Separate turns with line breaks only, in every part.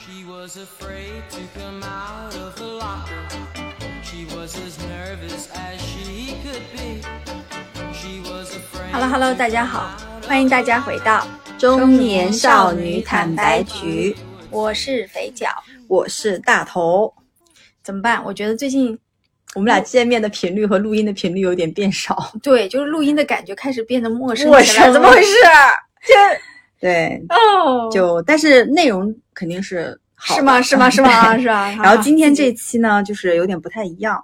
She was afraid to come out of the locker. She was as nervous as she could be. She was afraid.
Hello Hello，大家好，欢迎大家回到
中年少女坦白局，
我是肥脚，
我是大头。
怎么办？我觉得最近
我
嗯
们俩见面的频率和录音的频率有点变 少，
对，就是录音的感觉开始变得陌生起来
我
了，
是怎么回事？这 对，
哦，
就但是内容肯定是好的
是吗？是吗？是 吗？？是吧？
然后今天这期呢，就是有点不太一样。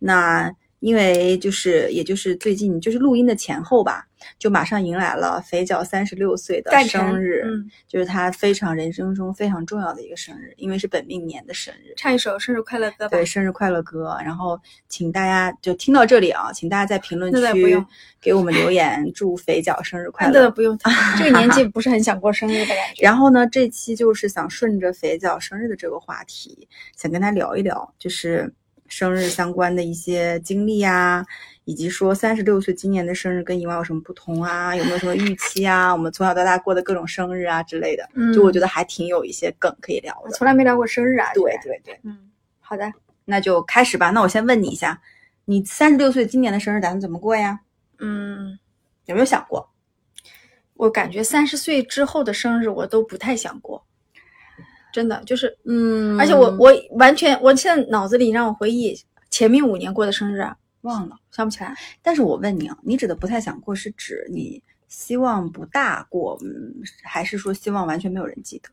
那因为就是也就是最近就是录音的前后吧，就马上迎来了肥脚三十六岁的
诞辰
生日，
嗯，
就是他非常人生中非常重要的一个生日，因为是本命年的生日。
唱一首生日快乐歌吧
对，。生日快乐歌。然后请大家就听到这里啊，请大家在评论
那倒不
区
用
给我们留言，祝肥脚生日快
真的
乐。
不用，这个年纪不是很想过生日的感觉。
然后呢，这期就是想顺着肥脚生日的这个话题，想跟他聊一聊，就是生日相关的一些经历啊，以及说三十六岁今年的生日跟以往有什么不同啊，有没有什么预期啊，我们从小到大过的各种生日啊之类的，就我觉
得
得还挺有一些梗可以聊的。
从嗯来没聊过生日啊。
对
居然，
对对，
嗯，好的，
那就开始吧。那我先问你一下，你三十六岁今年的生日打算怎么过呀？
嗯，
有没有想过？
我感觉三十岁之后的生日我都不太想过，真的就是
嗯
而且我我完全，我现在脑子里让我回忆前面五年过的生日，啊
忘了。
想不起来。
但是我问你啊，你指的不太想过是指你希望不大过，嗯，还是说希望完全没有人记得？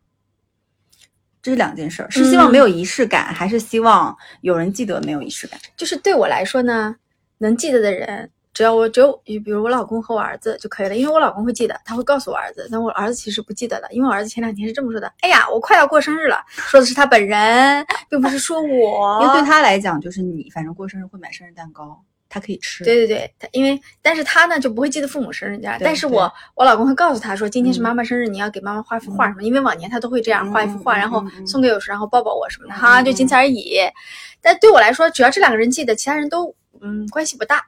这是两件事儿，是希望没有仪式感，还是希望有人记得没有仪式感？
就是对我来说呢，能记得的人，只要我只有比如我老公和我儿子就可以了，因为我老公会记得，他会告诉我儿子，但我儿子其实不记得的，因为我儿子前两天是这么说的：“哎呀，我快要过生日了。”说的是他本人，并不是说我。
因为对他来讲，就是你反正过生日会买生日蛋糕，他可以吃。
对对对，他因为但是他呢就不会记得父母生日家，
对
但是
对
我我老公会告诉他说今天是妈
嗯
妈生日，你要给妈妈画幅画什么，因为往年他都会这样画一幅画，
嗯嗯
然后
嗯嗯
送给我，然后抱抱我什么的，
嗯
哈，
嗯
就仅此而已。但对我来说，只要这两个人记得，其他人都嗯关系不大，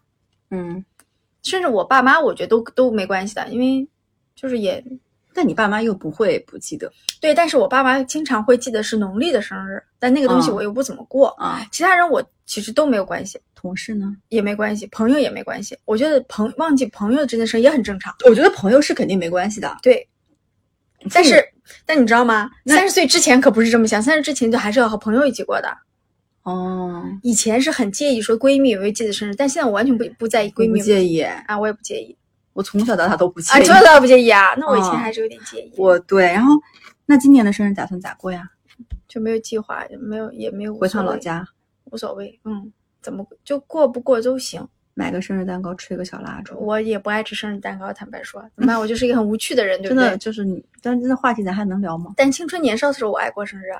嗯。
甚至我爸妈我觉得都都没关系的，因为就是也
但你爸妈又不会不记得
对，但是我爸妈经常会记得是农历的生日，但那个东西
嗯
我又不怎么过，
啊。
其他人我其实都没有关系。
同事呢？
也没关系，朋友也没关系。我觉得朋忘记朋友这件事也很正常。
我觉得朋友是肯定没关系的，
对，但
父母
是但你知道吗？
嗯那
三十岁之前可不是这么想，三十之前就还是要和朋友一起过的。
哦，
以前是很介意说闺蜜有没有记得生日，但现在我完全不不在意
我
闺
不
蜜
介意，
啊，我也不介意
我从小到大都不介
啊，
意。
从小到大不介意啊。那我以前
嗯
还是有点介意，
我对，然后那今年的生日打算咋过呀？
就没有计划，也没有也没有
回趟老
无所谓，
家
无所谓，嗯，怎么就过不过都行。
买个生日蛋糕，吹个小蜡烛。
我也不爱吃生日蛋糕，坦白 说，怎么办？我就是一个很无趣的人，对不
真的
对？
就是你，但是这话题咱还能聊吗？
但青春年少的时候，我爱过生日啊，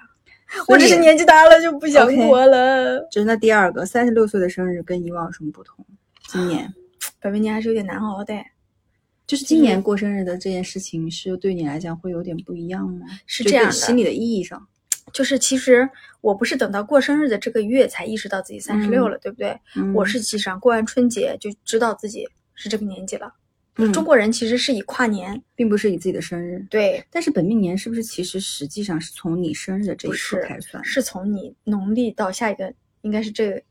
所
我只
以
是年纪大了就不想
OK
过了。
就是那第二个，三十六岁的生日跟以往有什么不同？今年
本命年还是有点难熬的。
就是今年过生日的这件事情，是对你来讲会有点不一样吗？
是
就
这样的
心理的意义上，
就是其实我不是等到过生日的这个月才意识到自己三十六了，对不对？
嗯
我是实际上过完春节就知道自己是这个年纪了。
嗯
中国人其实是以跨年，
并不是以自己的生日，
对，
但是本命年是不是其实实际上是从你生日的这一
不
刻
是
开始算的？
是从你农历到下一个，应该是这个，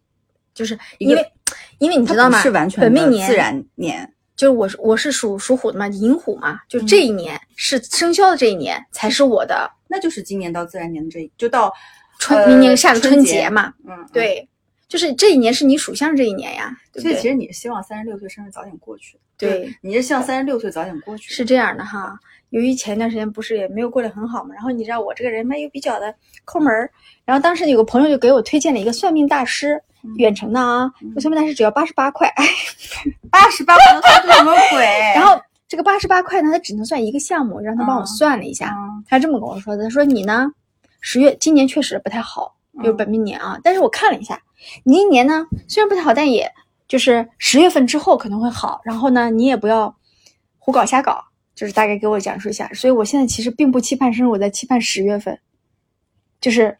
就是
一个
因为因为你
它
知道
不
吗？
是完全
本
的
命年
自然年，
就是我是我是属属虎的嘛，寅虎嘛，
嗯
就这一年、是生肖的这一年才是我的
那就是今年到自然年的这一，就到
春、
呃
明年下个春
节
节，嘛，
嗯，嗯。
对，就是这一年是你属相这一年呀，对不
所以
对？
其实你是希望三十六岁生日早点过去，
对，
你是希望三十六岁早点过去，
是这样的哈，由于前段时间不是也没有过得很好嘛，然后你知道我这个人嘛又比较的抠门儿，然后当时有个朋友就给我推荐了一个算命大师，
嗯
远程的啊，
嗯
这算命大师只要八十八块，哎
八十八块能算出什么 鬼？
然后这个八十八块呢，他只能算一个项目，让他帮我
嗯
算了一下，
嗯
他这么跟我说的，他说你呢，十月今年确实不太好，就是
嗯
本命年啊，但是我看了一下，你一年呢虽然不太好，但也就是十月份之后可能会好。然后呢，你也不要胡搞瞎搞，就是大概给我讲述一下。所以我现在其实并不期盼生日，我在期盼十月份，就是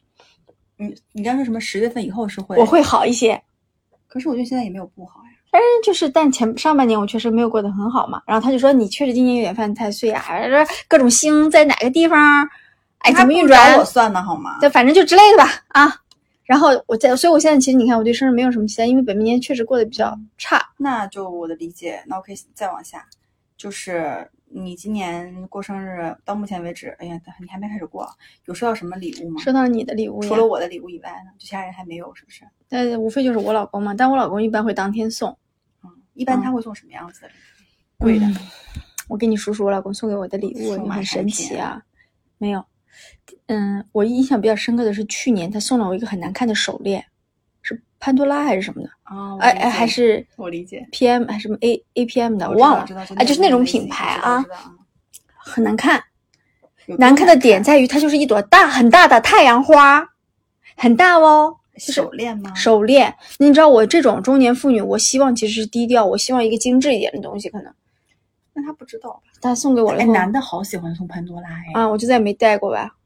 你你刚说什么？十月份以后是会
我，会好一些。
可是我觉得现在也没有不好呀。
但是就是，但前上半年我确实没有过得很好嘛。然后他就说你确实今年有点犯太岁啊，还是各种星在哪个地方哎，怎么运
他不
转
找我？算的好吗？
对，反正就之类的吧啊。然后我在，所以我现在其实你看，我对生日没有什么期待，因为本命年确实过得比较差。
那就我的理解，那我可以再往下，就是你今年过生日到目前为止，哎呀，你还没开始过，有收到什么礼物吗？
收到你的礼物呀
除了我的礼物以外呢，就其他人还没有，是不是？
但无非就是我老公嘛，但我老公一般会当天送。
嗯，一般他会送什么样子的礼物？贵的，
嗯我给你数数我老公送给我的礼物，
数
你
码
很
产
神
品
奇啊！没有，嗯，我印象比较深刻的是去年他送了我一个很难看的手链，是潘多拉还是什么的？
啊，我
哎
理
哎，
解
还是
我理解，
PM 还是什么 A APM 的，
我
我
知
忘
道
了
知道，
哎，就是那种品牌啊，，
嗯
很难看。难看的点在于它就是一朵大很大的太阳花，很大哦，
就是手链吗？
手链。那你知道我这种中年妇女，我希望其实是低调，我希望一个精致一点的东西，可能
那他不知道吧？
他送给我了
哎，
以后
男的好喜欢送潘多拉哎，
啊，我就再也没戴过吧，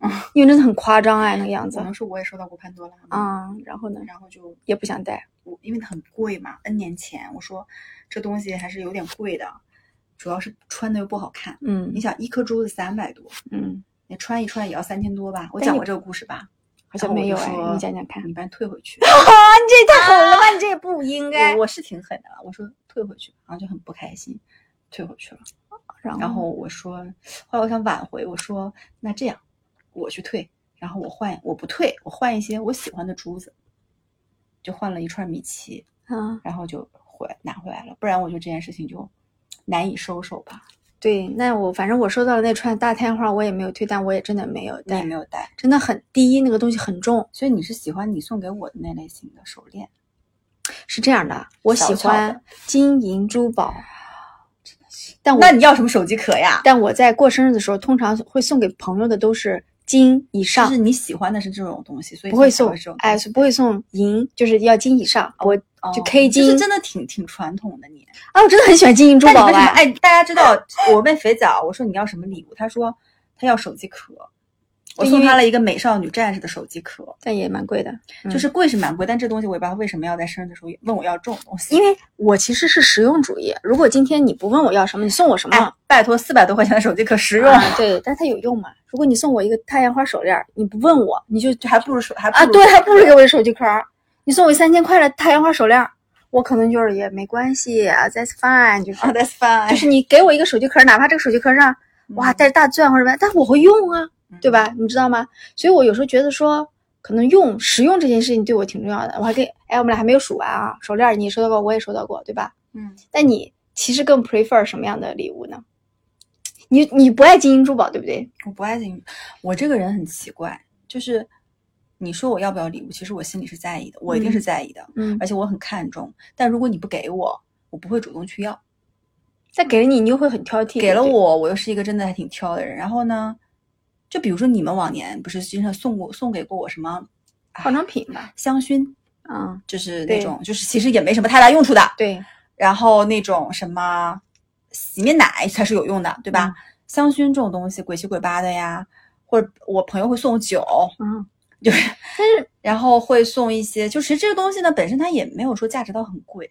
嗯，
因为真的很夸张哎，那个样子
可能是我也收到过潘多拉嘛，
啊、然后呢，
然后就
也不想戴，
我因为它很贵嘛，N 年前我说这东西还是有点贵的，主要是穿的又不好看。
嗯
你想一颗珠子三百多，
嗯，
你穿一穿也要三千多吧？我
但
讲
你
过这个故事吧？
好像
然后
没有
我就
哎，
说
你讲讲看。
你把它退回去。
这太狠了吧，你这也不应
我我是挺狠的了，我说退回去，然后就很不开心，退回去了。
然后，
然后我说，后来我想挽回，我说那这样，我去退，然后我换，我不退，我换一些我喜欢的珠子，就换了一串米奇。
啊，
然后就回拿回来了，不然我觉得这件事情就难以收手吧。
对，那我反正我收到了那串大太阳花，我也没有退，但我也真的没有
你也
戴
没，有戴，
真的很第一那个东西很重，
所以你是喜欢你送给我的那类型的手链，
是这样的，我
小
喜
巧的
欢金银珠宝，但我
那你要什么手机壳呀？
但我在过生日的时候，通常会送给朋友的都是金以
就
上
是，你喜欢的是这种东西，所以
不会
才
送
会这种，
哎，
东西
不会送银，就是要金以上，我
哦
就 K
就
金
是真的挺挺传统的你。
啊，我真的很喜欢金银珠
那
宝
你为什么？
哎，
哎，大家知道我问肥皂，我说你要什么礼物，他说他要手机壳，我
对
送
因为
他了一个美少女战士的手机壳，
但也蛮贵的，
就
嗯
是贵是蛮贵，但这东西我也不知道他为什么要在生日的时候问我要这种东西，
因为我其实是实用主义。如果今天你不问我要什么，你送我什么，
哎，拜托四百多块钱的手机壳实用。
啊对，但它有用嘛？如果你送我一个太阳花手链儿，你不问我，你就
就还不如手还
啊，
不如
对，
手
还不如给我一手机壳儿。你送我三千块的太阳花手链儿，我可能就是也没关系啊，That's fine，就是、
啊，That's fine，
就是你给我一个手机壳儿，哪怕这个手机壳儿上
嗯
哇带着大钻或者什么，但我会用啊，对吧？？你知道吗？所以我有时候觉得说，可能用实用这件事情对我挺重要的。我还跟哎，我们俩还没有数完啊，手链儿你也收到过，我也收到过，对吧？
嗯，
但你其实更 prefer 什么样的礼物呢？你你不爱金银珠宝对不对？
我不爱情，我这个人很奇怪，就是你说我要不要礼物，其实我心里是在意的，我一定是在意的，
嗯，
而且我很看重。但如果你不给我，我不会主动去要。
但给了你，你又会很挑剔。
给了
对不对，
我，我又是一个真的还挺挑的人。然后呢，就比如说你们往年不是经常送过送给过我什么
化妆品吧，
香薰，
嗯，
就是那
对
种就是其实也没什么太大用处的，
对，
然后那种什么洗面奶才是有用的，对吧？
嗯
香薰这种东西鬼七鬼八的呀，或者我朋友会送我酒，
嗯，
就是
但是
然后会送一些，就其实这个东西呢本身它也没有说价值到很贵，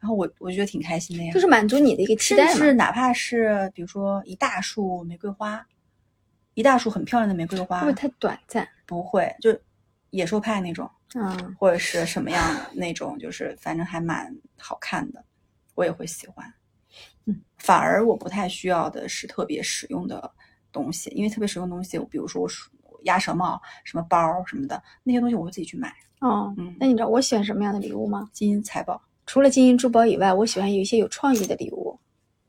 然后我我觉得挺开心的呀，
就是满足你的一个期待
甚
嘛
至。哪怕是比如说一大束玫瑰花，一大束很漂亮的玫瑰花
会不，会太短暂？
不会就野兽派那种，
嗯，
或者是什么样的那种，就是反正还蛮好看的，我也会喜欢。
嗯，
反而我不太需要的是特别实用的东西，因为特别实用的东西，比如说我手鸭舌帽、什么包儿什么的那些东西，我会自己去买。
哦，
嗯，
那你知道我喜欢什么样的礼物吗？
金银财宝，
除了金银珠宝以外，我喜欢有一些有创意的礼物，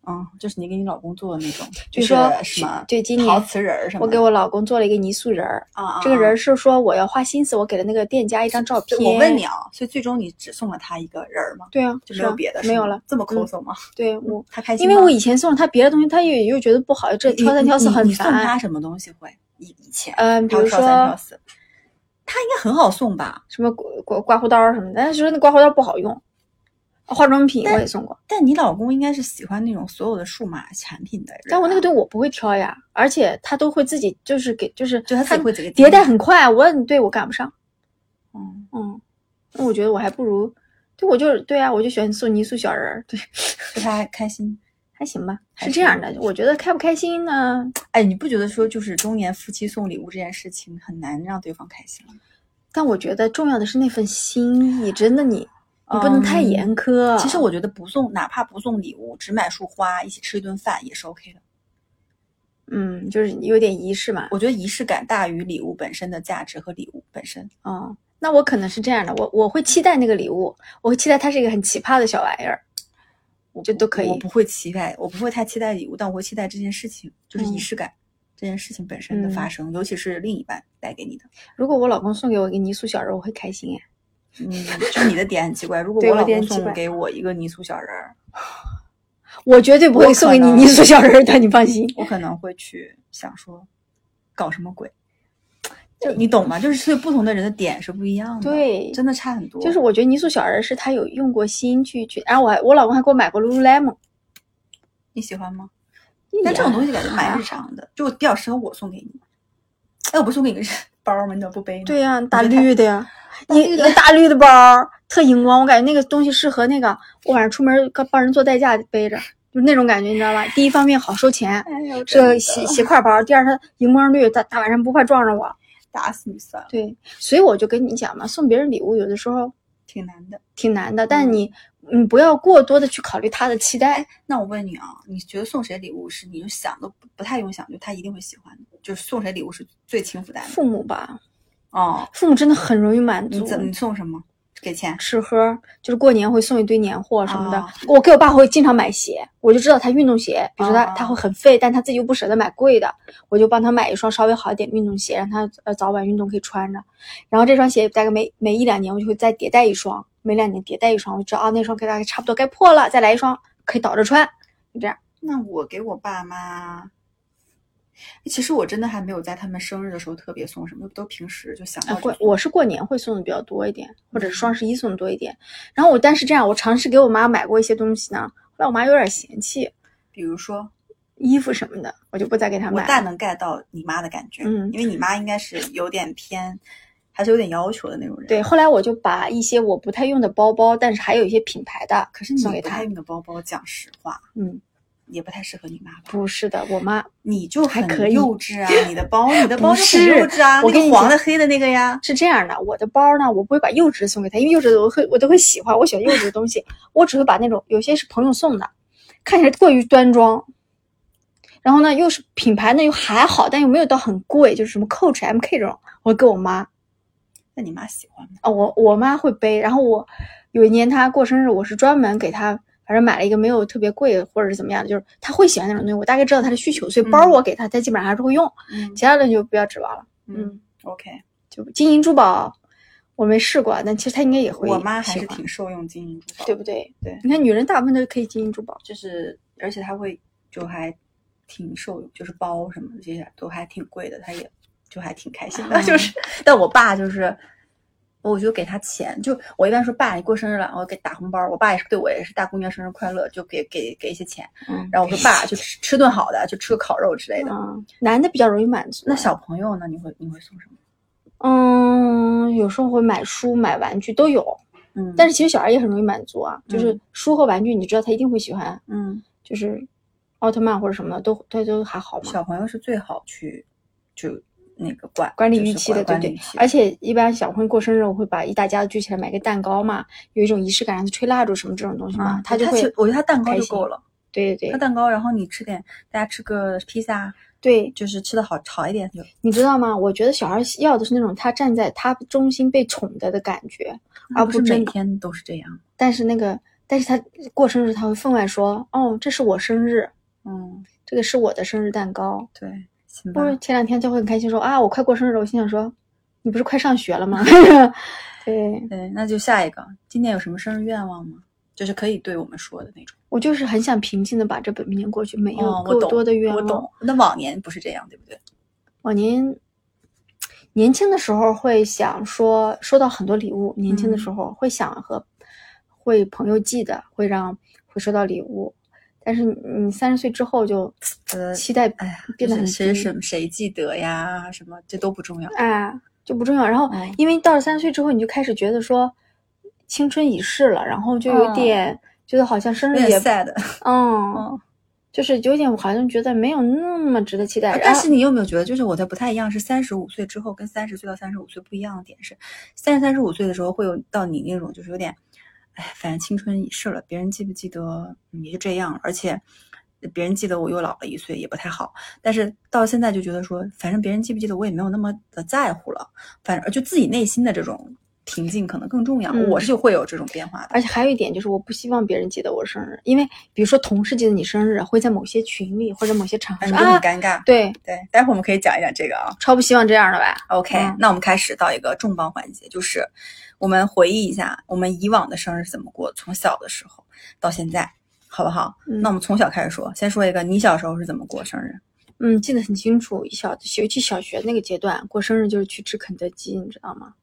嗯，就是你给你老公做的那种，
比
就
如
是
说
什么
对今
陶
年
瓷人儿什么
我
的。
给我老公做了一个泥塑人儿，
啊啊，
这个
啊
人是说我要花心思，我给了那个店家一张照
对
片。
我问你，啊，所以最终你只送了他一个人儿吗？
对啊，
就是没有
啊
别的，
没
是
有
吗
了。
这么抠
嗯
搜吗？
对我，
他开心
因
吗，
为我以前送了他别的东西，他也又觉得不好，这
你
挑三挑四
你
很
你送他
烦。
什么东西会？以以前，
嗯，比
他会
如
挑三
说
挑四，他应该很好送吧？
什么刮刮刮胡刀儿什么的，但是说那刮胡刀儿不好用。化妆品我也送过，
但你老公应该是喜欢那种所有的数码产品的人啊，
但我那个对我不会挑呀，而且他都会自己就是给就是
就他自己会自己
迭代很快，啊我对我赶不上，
嗯，
嗯，那我觉得我还不如，对我就是对啊，我就喜欢送泥塑小人儿，对，
就他开心，
还行吧，
还
是这样的。我觉得开不开心呢，
哎，你不觉得说就是中年夫妻送礼物这件事情很难让对方开心吗？
但我觉得重要的是那份心意，真的你你不能太
嗯
严苛。
其实我觉得不送，哪怕不送礼物，只买束花，一起吃一顿饭也是 OK 的。
嗯，就是有点仪式嘛。
我觉得仪式感大于礼物本身的价值和礼物本身。
哦，那我可能是这样的，我我会期待那个礼物，我会期待它是一个很奇葩的小玩意儿。
我
这
不
都可
我
以
不会期待，我不会太期待礼物，但我会期待这件事情，就是仪
嗯
式感、这件事情本身的发
嗯
生，尤其是另一半带给你的。
如果我老公送给我一个泥塑小人儿，我会开心哎。
嗯，就你的点很奇怪。如果
对
我
我
老
点
公
很奇
送
怪
给我一个泥塑小人儿，
我绝对不会
我
送
可
给你
能
泥塑小人儿的，你放心。
我可能会去想说，搞什么鬼？就你懂吗？就是所以不同的人的点是不一样的，
对
真的差很 多。
就是我觉得泥塑小人儿是他有用过心去去，然后我还我老公还给我买过 lululemon，
你喜欢吗？但这种东西感觉蛮日常的，就比较适合我送给你。哎，我不送给你个 包吗？你怎么不背呢？
嗯对呀、大
大绿
绿的呀，一个大绿的包儿特荧光，我感觉那个东西适合那个我晚上出门儿帮帮人做代驾背着，就是那种感觉，你知道吧？第一方面好收钱，
哎呦，
是个
真
斜
的
斜挎包儿；第二它荧光绿，大大晚上不怕撞着我。
打死你算了，
对，所以我就跟你讲嘛，送别人礼物有的时候
挺难的。
挺难的，但
嗯
你你不要过多的去考虑他的期待。
那我问你啊，你觉得送谁礼物是你就想都不不太用想，就他一定会喜欢的，就是送谁礼物是最轻负担的
父母吧，
哦。
父母真的很容易满
你
足。
怎你送什么？给钱？
吃喝儿，就是过年会送一堆年货什么的。
啊
我给我爸会经常买鞋，我就知道他运动鞋，比如说他、
啊
他会很费，但他自己又不舍得买贵的，我就帮他买一双稍微好一点运动鞋，让他呃早晚运动可以穿着。然后这双鞋大概每每一两年我就会再迭代一双，每两年迭代一双，我就知道啊那双给大概差不多该破了，再来一双可以倒着穿，就这样。
那我给我爸妈，其实我真的还没有在他们生日的时候特别送什么，都平时就想
啊，
到就
会，
送
我是过年会送的比较多一点，或者
嗯
是双十一送的多一点。然后我但是这样，我尝试给我妈买过一些东西呢，后来我妈有点嫌弃
比如说
衣服什么的，我就不再给她
我
买了。
大能 get 到你妈的感觉，
嗯
因为你妈应该是有点偏，还是有点要求的那种人。
对，，后来我就把一些我不太用的包包，但是还有一些品牌的，
可是你
送给
不
她
太。用的包包，讲实话
嗯，
也不太适合你妈吧？
不是的，我妈
你就
还
很
可以
幼稚啊，你的包， 你的包
不
就很
是
幼稚啊，
我
那
跟
个
你
黄
讲
的黑的那个呀。
是这样的，我的包呢，我不会把幼稚的送给她，因为幼稚的我会我都会喜欢，我喜欢幼稚的东西，我只会把那种有些是朋友送的，看起来过于端庄。然后呢，又是品牌呢，又还好，但又没有到很贵，就是什么 Coach、MK 这种，我会给我妈。
那你妈喜欢吗？
哦，我我妈会背，然后我有一年她过生日，我是专门给她，反正买了一个没有特别贵或者是怎么样的，就是她会喜欢那种东西，我大概知道她的需求，所以包
嗯
我给她，她基本上还是会用，
嗯
其他的就不要指望了。
嗯，OK，
就金银珠宝我没试过，但其实她应该也会喜
我
欢，
妈还是挺受用金银珠宝，
对不对？
对？
你看女人大部分都可以金银珠宝，
就是而且她会就还挺受用，就是包什么这些都还挺贵的，她也就还挺开心的。就是，
啊
但我爸就是，我就给他钱，就我一般说爸，你过生日了，我给打红包。我爸也是对我也是大姑娘生日快乐，就给给给一些钱。
嗯
然后我说爸，就吃吃顿好的，就吃个烤肉之类的。
嗯，男的比较容易满足。啊
那小朋友呢？你会你会送什么？
嗯，有时候会买书、买玩具都有，
嗯
但
是
是其实小孩也很容易满足啊，就是
嗯
书和玩具，你知道他一定会喜欢。
嗯，
就是奥特曼或者什么的，都它都还好嘛，
小朋友是最好去就那个管
管理
就是
预期的，对
管
不
管理
对
预期？的
而且一般小朋友过生日，我会把一大家子聚起来买个蛋糕嘛，有一种仪式感，让他吹蜡烛什么这种东西嘛，
啊，
他就
其
会
实，我觉得他蛋糕
开
就
心
够了。
对对
喝
对
蛋糕，然后你吃点，大家吃个披萨，
对，
就是吃的好好一点就。
你知道吗？我觉得小孩要的是那种他站在他中心被宠着的感觉，而
不是
真
每
的。
天都是这样。
但是那个，但是他过生日他会分外说，哦，这是我生日，
嗯，
这个是我的生日蛋糕。
对，行吧
不。是前两天就会很开心说啊，我快过生日了。我心想说，你不是快上学了吗？ 对。
对，那就下一个。今年有什么生日愿望吗？就是可以对我们说的那种。
我就是很想平静的把这本命年过去，没有
哦，我
够
懂，
多的愿望。
我懂。那往年不是这样，对不对？
往年年轻的时候会想说，收到很多礼物，年轻的
嗯
时候会想和会朋友寄的，会让会收到礼物。但是你三十岁之后就
呃
期待
哎呀，
变得很
就是谁
低，
什谁记得呀？什么这都不重要。
啊就不重要。然后
嗯
因为到了三十岁之后，你就开始觉得说青春已逝了，然后就有
嗯
点觉得好像生
有
日
点
也
sad。
嗯，
嗯
就是有点我好像觉得没有那么值得期待。然
呃啊但
后
是你有没有觉得，就是我的不太一样，是三十五岁之后跟三十岁到三十五岁不一样的点是，三十三十五岁的时候会有到你那种就是有点，哎，反正青春已逝了，别人记不记得嗯也就这样了，而且别人记得我又老了一岁也不太好。但是到现在就觉得说，反正别人记不记得我也没有那么的在乎了，反正就自己内心的这种平静可能更重要。
嗯
我是会有这种变化的。
而且还有一点就是，我不希望别人记得我生日，因为比如说同事记得你生日，会在某些群里或者某些场合
嗯，
说
就很
啊，
尴尬。
对，
对，待会儿我们可以讲一讲这个啊。
超不希望这样的吧？
OK，、
嗯
那我们开始到一个重磅环节，就是我们回忆一下我们以往的生日是怎么过，从小的时候到现在，好不好？
嗯
那我们从小开始说，先说一个你小时候是怎么过生日？
嗯，记得很清楚，小尤其小学那个阶段，过生日就是去吃肯德基，你知道吗？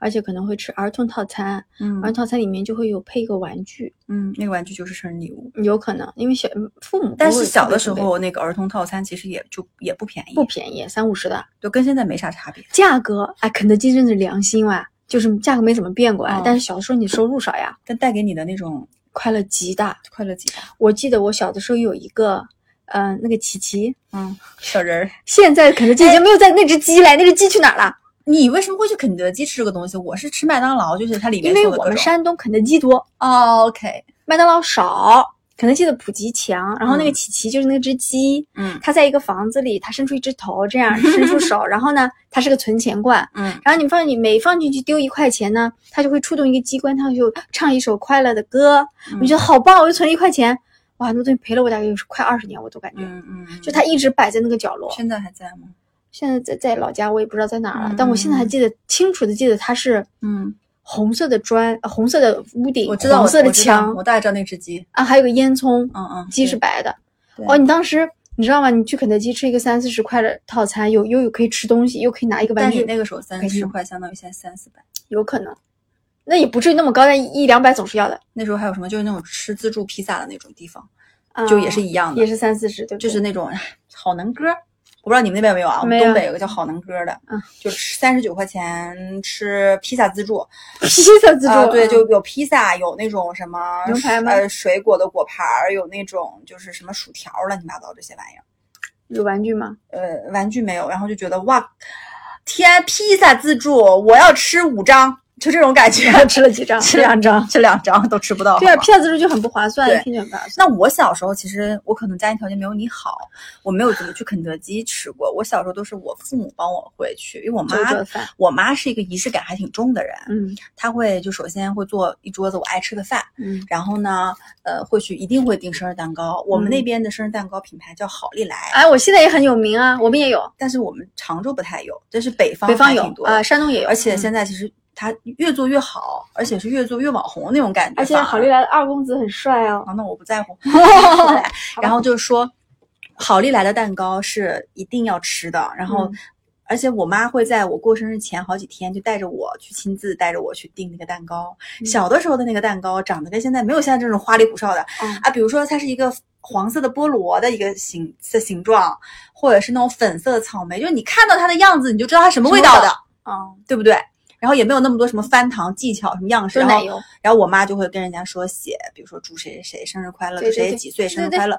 而且可能会吃儿童套餐，
嗯
儿童套餐里面就会有配一个玩具，
嗯，那个玩具就是生日礼物。
有可能因为小嗯父母不
但
会
是小
特别
的时
准备
候那个儿童套餐其实也就也不便宜，
不便宜，三五十的
就跟现在没啥差别。
价格，哎，肯德基真是良心哇、就是价格没怎么变过啊。
嗯
但是小的时候你收入少呀，
但带给你的那种
快乐极大。
快乐极大。
我记得我小的时候有一个，呃，那个琪琪，
嗯，小人儿，
现在肯德
哎
基已经没有在那只鸡嘞，那只鸡去哪儿了？
你为什么会去肯德基吃这个东西？我是吃麦当劳，就是它里面
因为
做的
我
各
们
种
山东肯德基多，
哦，OK，
麦当劳少，肯德基的普及强。然后那个
嗯
琪琪就是那只鸡，
嗯
它在一个房子里，它伸出一只头，这样伸出 手，然后呢，它是个存钱罐。
嗯
然后你放你每放进去丢一块钱呢，它就会触动一个机关，它就唱一首快乐的歌。
嗯
我觉得好棒，我就存了一块钱，哇，那东西陪了我大概有快二十年，我都感觉。
嗯嗯，
就它一直摆在那个角落，
现在还在吗？
现在在在老家，我也不知道在哪儿了，
嗯
但我现在还记得清楚的记得它是
嗯。
红色的砖、呃红色的屋顶，
我知道，
红
我
色的
我知道
墙
我大概知道那只鸡。
啊，还有个烟囱，
嗯嗯，
鸡是
对
白的。
对
哦，你当时你知道吗？你去肯德基吃一个三四十块的套餐，有又有可以吃东西，又可以拿一个玩
但是
具，
那个时候三
可以
十
用
块相当于现在三四百。
有可能，那也不至于那么高，但一一两百总是要的，
那时候还有什么？就是那种吃自助披萨的那种地方，
啊
就也是一样
也
的，
是三四十，对不对？
就是那种唉好能歌儿。我不知道你们那边有没有啊？我们
没有
东北有个叫好能歌儿的
嗯，
就是三十九块钱吃披萨自助，
披萨自助，
啊，对，
嗯
就有披萨，有那种什么
牛排吗
呃，水果的果盘儿，有那种就是什么薯条儿乱七八糟这些玩意儿。
有玩具吗？
呃，玩具没有，然后就觉得哇，天，披萨自助，我要吃五张，就这种感觉，
吃了几张？
吃两
张。
这两张都吃不到。
对啊，
好吗
披萨自助就很不划算，
对
听着很不划算。
那我小时候其实我可能家庭条件没有你好，我没有怎么去肯德基吃过。我小时候都是我父母帮我会去，因为我妈
做做饭
我妈是一个仪式感还挺重的人，
嗯
她会就首先会做一桌子我爱吃的饭，
嗯，
然后呢，呃，会去一定会订生日蛋糕。我们
嗯
那边的生日蛋糕品牌叫好利来，
哎，我现在也很有名啊，我们也有，
但是我们常州不太有，但是北方
北方
还
有
挺多的
啊，山东也有，
而且
嗯
现在其实它越做越好，而且是越做越网红那种感觉。
而且
反
好利来的二公子很帅哦
啊，，那我不在 乎。后来
好吧
然后就是说，好利来的蛋糕是一定要吃的。然后，
嗯
而且我妈会在我过生日前好几天就带着我去亲自带着我去订那个蛋糕。
嗯
小的时候的那个蛋糕长得跟现在没有现在这种花里胡哨的
嗯
啊，比如说它是一个。黄色的菠萝的一个形的形状，或者是那种粉色的草莓，就是你看到它的样子，你就知道它什么味道
什么味
的。
哦，
对不对？然后也没有那么多什么翻糖技巧、什么样式，
就
然
奶
后
油，
然后我妈就会跟人家说写，比如说祝谁谁谁生日快乐，
对
祝
对
谁
对
几岁生
对
日
对
快乐。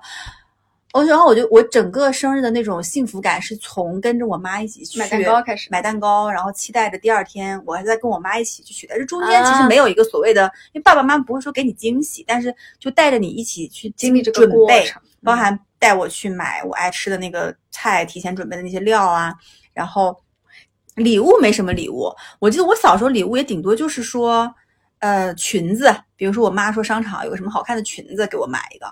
我然后我就我整个生日的那种幸福感是从跟着我妈一起去
买蛋糕开始
买蛋糕，然后期待着第二天，我还在跟我妈一起去取。但是中间其实
啊
没有一个所谓的，因为爸爸妈妈不会说给你惊喜，但是就带着你一起去
经历这个
准
过
备，
程，
包含带我去买我爱吃的那个菜，提前准备的那些料啊，然后礼物没什么礼物。我记得我小时候礼物也顶多就是说，呃，裙子，比如说我妈说商场有个什么好看的裙子，给我买一个，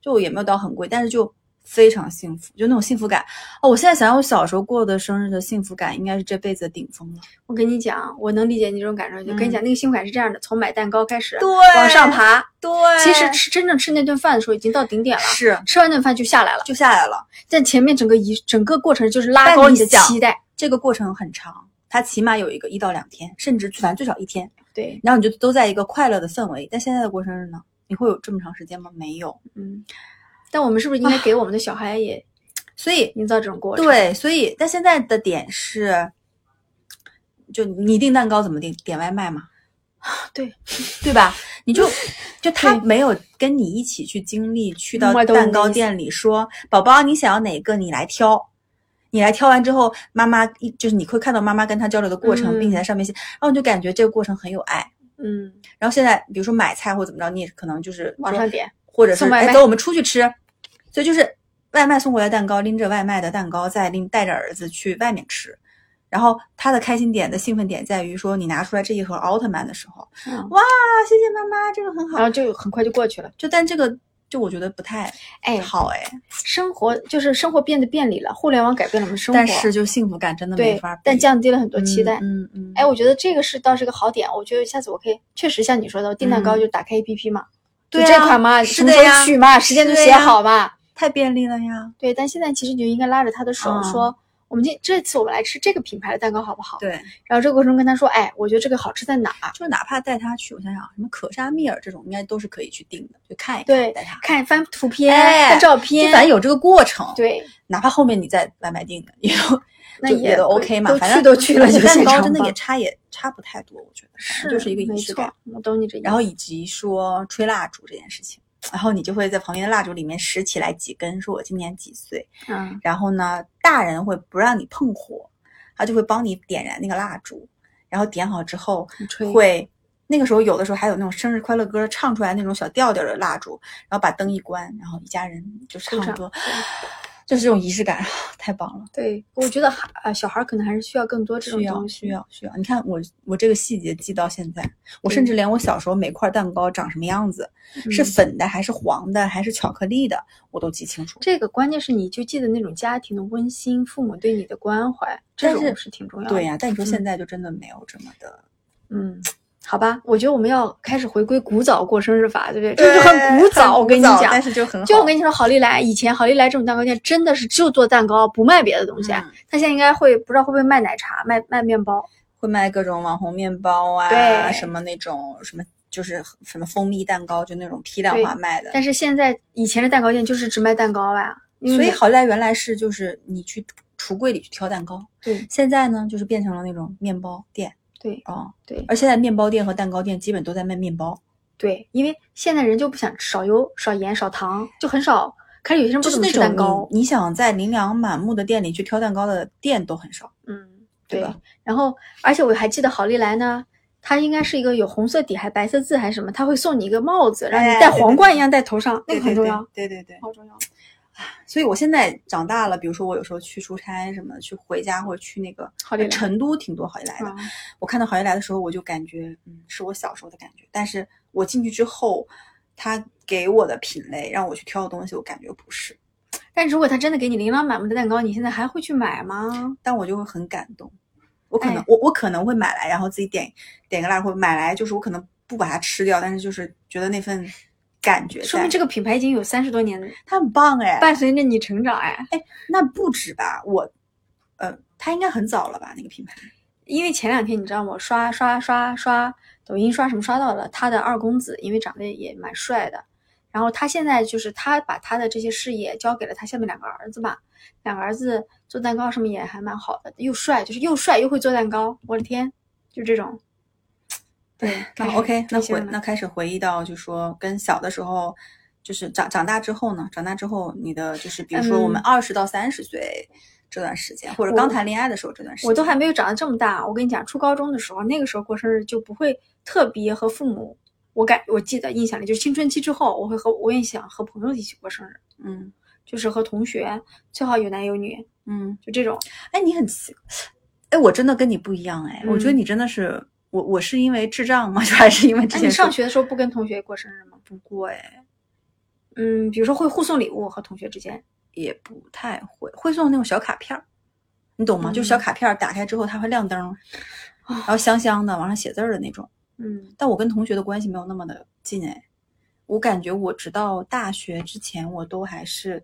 就也没有到很贵，但是就非常幸福，就那种幸福感。哦，我现在想想，我小时候过的生日的幸福感应该是这辈子的顶峰了。
我跟你讲，我能理解你这种感受。就跟你讲，那个幸福感是这样的：从买蛋糕开始，
嗯对
往上爬。
对，
其实吃真正吃那顿饭的时候，已经到顶点了。
是
吃完那顿饭就下来了，
就下来了。
但前面整个一整个过程就是拉
但
高
你
你的
想
期待。
这个过程很长，它起码有一个一到两天，甚至反正最少一天。
对，
然后你就都在一个快乐的氛围。但现在的过生日呢，你会有这么长时间吗？没有。
嗯。但我们是不是应该给我们的小孩也
所以，
营造这种过程？，
对，所以但现在的点是，就你订蛋糕怎么订？点外卖吗？
啊对，
对吧？你就就他
对
没有跟你一起去经历，去到
我懂
蛋
你的
糕
意思
店里说：“宝宝，你想要哪个？你来挑。”你来挑完之后，妈妈一就是你会看到妈妈跟他交流的过程，
嗯
并且在上面写，然后你就感觉这个过程很有爱。
嗯，
然后现在比如说买菜或怎么着，你也可能就是
往
说
上点，
或者是
送外
哎
卖
走，我们出去吃。所以就是外卖送过来蛋糕，拎着外卖的蛋糕，再拎带着儿子去外面吃。然后他的开心点的兴奋点在于说，你拿出来这一盒奥特曼的时候，
嗯
哇，谢谢妈妈，这个很
然
好。
后就很快就过去了。
就但这个就我觉得不太
哎，
好哎，
生活就是生活变得便利了，互联网改变了我们生活，
但是就幸福感真的没
对
法比，
但降低了很多期待。
嗯嗯，嗯
哎，我觉得这个是倒是个好点，我觉得下次我可以确实像你说的，订蛋糕
嗯
就打开 APP 嘛，
对
就这
啊
款嘛，
是
什么
的
时
呀
候取嘛，时间
是
都
的
写
呀
好嘛。
太便利了呀，
对，但现在其实你就应该拉着他的手
嗯
说，我们今这次我们来吃这个品牌的蛋糕好不好？
对，
然后这个过程中跟他说，哎，我觉得这个好吃在哪儿？啊
就是哪怕带他去，我想想啊，什么可莎蜜尔这种应该都是可以去订的，就看一看，
对
带他，
看翻图片、
哎
看照
就
片，
反正有这个过程，，
对，
哪怕后面你再外卖订的， 也有
那
就
也
都
可以
OK 嘛，
都
反
去
正
都去了
而且
就
蛋
现
糕
场
真的
吧
也差也差不太多，我觉得反正就是一个仪式感。，
没错我懂你这意思。
然后以及说吹蜡烛这件事情，然后你就会在旁边的蜡烛里面拾起来几根，说我今年几岁，
嗯，
然后呢，大人会不让你碰火，他就会帮你点燃那个蜡烛，然后点好之后
你吹
嗯会。那个时候，有的时候还有那种生日快乐歌唱出来那种小调调的蜡烛，然后把灯一关，然后一家人就
鼓
差不
掌
多，就是这种仪式感，太棒了！
对，我觉得孩啊小孩儿可能还是需要更多这种
需要
东西。
需要需要。你看我我这个细节记到现在，我甚至连我小时候每块蛋糕长什么样子，是
嗯
粉的还是黄的还是巧克力的，我都记清楚。
这个关键是你就记得那种家庭的温馨，父母对你的关怀，这
但是
种是挺重要的。
对呀、但你说
嗯
现在就真的没有这么的，
嗯，好吧，我觉得我们要开始回归古早过生日法，对不对？
对
这就很古早，
很
我跟你
古早
讲
但。是就很好。
就我跟你说，好利来以前好利来这种蛋糕店真的是就做蛋糕，不卖别的东西。啊
嗯
他现在应该会不知道会不会卖奶茶、卖卖面包。
会卖各种网红面包啊，
对
什么那种什么就是什么蜂蜜蛋糕，就那种批量化
对
卖的。
但是现在以前的蛋糕店就是只卖蛋糕呀、因为
所以好在原来是就是你去橱柜里去挑蛋糕，
对
现在呢就是变成了那种面包店
对
啊、哦
对
而现在面包店和蛋糕店基本都在卖面包，
对，因为现在人就不想少油、少盐、少糖，就很少。开始有些人
就
不怎
是
么
那
吃
种
蛋糕，
你你想在琳琅满目的店里去挑蛋糕的店都很少，
嗯，
对
对
吧。
然后，而且我还记得好利来呢，它应该是一个有红色底还白色字还是什么，它会送你一个帽子，让你
哎
戴
对
皇
对
冠
对
一样戴头上，那
对
个很重要，。嗯
对对对对。
好重要。
所以我现在长大了，比如说我有时候去出差什么的，去回家或者去那个
好利来
成都，挺多好利来的。
啊
我看到好运来的时候，我就感觉，嗯，是我小时候的感觉。但是我进去之后，他给我的品类，让我去挑的东西，我感觉不是，
但如果他真的给你琳琅满目的蛋糕，你现在还会去买吗？
但我就会很感动。我可能，
哎
我我可能会买来，然后自己点点个蜡或者买来，就是我可能不把它吃掉，但是就是觉得那份感觉在，
说明这个品牌已经有三十多年，
它很棒哎。
伴随着你成长哎。
那不止吧，我，呃，它应该很早了吧？那个品牌，
因为前两天你知道我刷刷刷刷抖音刷什么刷到了他的二公子，因为长得也蛮帅的，然后他现在就是他把他的这些事业交给了他下面两个儿子吧，两个儿子做蛋糕什么也还蛮好的，又帅就是又帅又会做蛋糕，我的天，就这种。对，
那
开始
OK，
追
那
星
回
了
哎那开始回忆到，就说跟小的时候，就是长长大之后呢，长大之后你的就是，比如说我们
嗯
二十到三十岁这段时间，或者
我
刚谈恋爱的时候这段时间，
我都还没有长得这么大。我跟你讲，初高中的时候，那个时候过生日就不会特别和父母。我感我记得印象里，就是青春期之后，我会和我也想和朋友一起过生日，
嗯
就是和同学，最好有男有女，
嗯，
就这种。
哎，你很奇，哎，我真的跟你不一样哎，我觉得
嗯
你真的是我我是因为智障吗？就 还是因为之
那、
前
你上
说
学的时候不跟同学过生日吗？
不过哎，
嗯，比如说会互送礼物和同学之间。
也不太会，会送那种小卡片儿，你懂吗？就是小
嗯
卡片儿打开之后它会亮灯儿，然后香香的，往上写字儿的那种。
嗯，
但我跟同学的关系没有那么的近哎。我感觉我直到大学之前，我都还是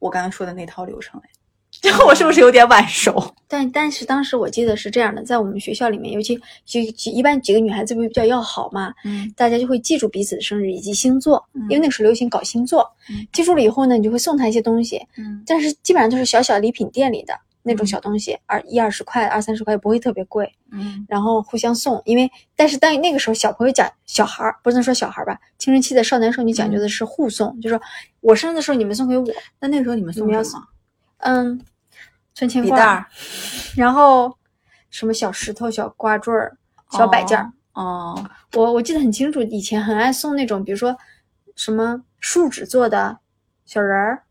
我刚刚说的那套流程哎。 这个我是不是有点晚 熟？
但但是当时我记得是这样的，在我们学校里面，尤其几几一般几个女孩子不是比较要好嘛，
嗯
大家就会记住彼此的生日以及星座，因为
嗯
那个时候流行搞星座，
嗯
记住了以后呢，你就会送她一些东西。
嗯
但是基本上都是小小礼品店里的，那种
嗯
小东西，二一二十块、二三十块也不会特别贵，
嗯
然后互相送。因为但是但那个时候小朋友讲小孩儿，不能说小孩儿吧，青春期的少男少女讲
嗯
究的是互送，就说我生日的时候你们送给我，
那那个时候你们送
你们要
什么？
嗯，存钱
笔
罐
袋
儿
儿，
然后什么小石头、小挂坠儿、小摆件儿。
哦，
我我记得很清楚，以前很爱送那种，比如说什么树脂做的小人儿，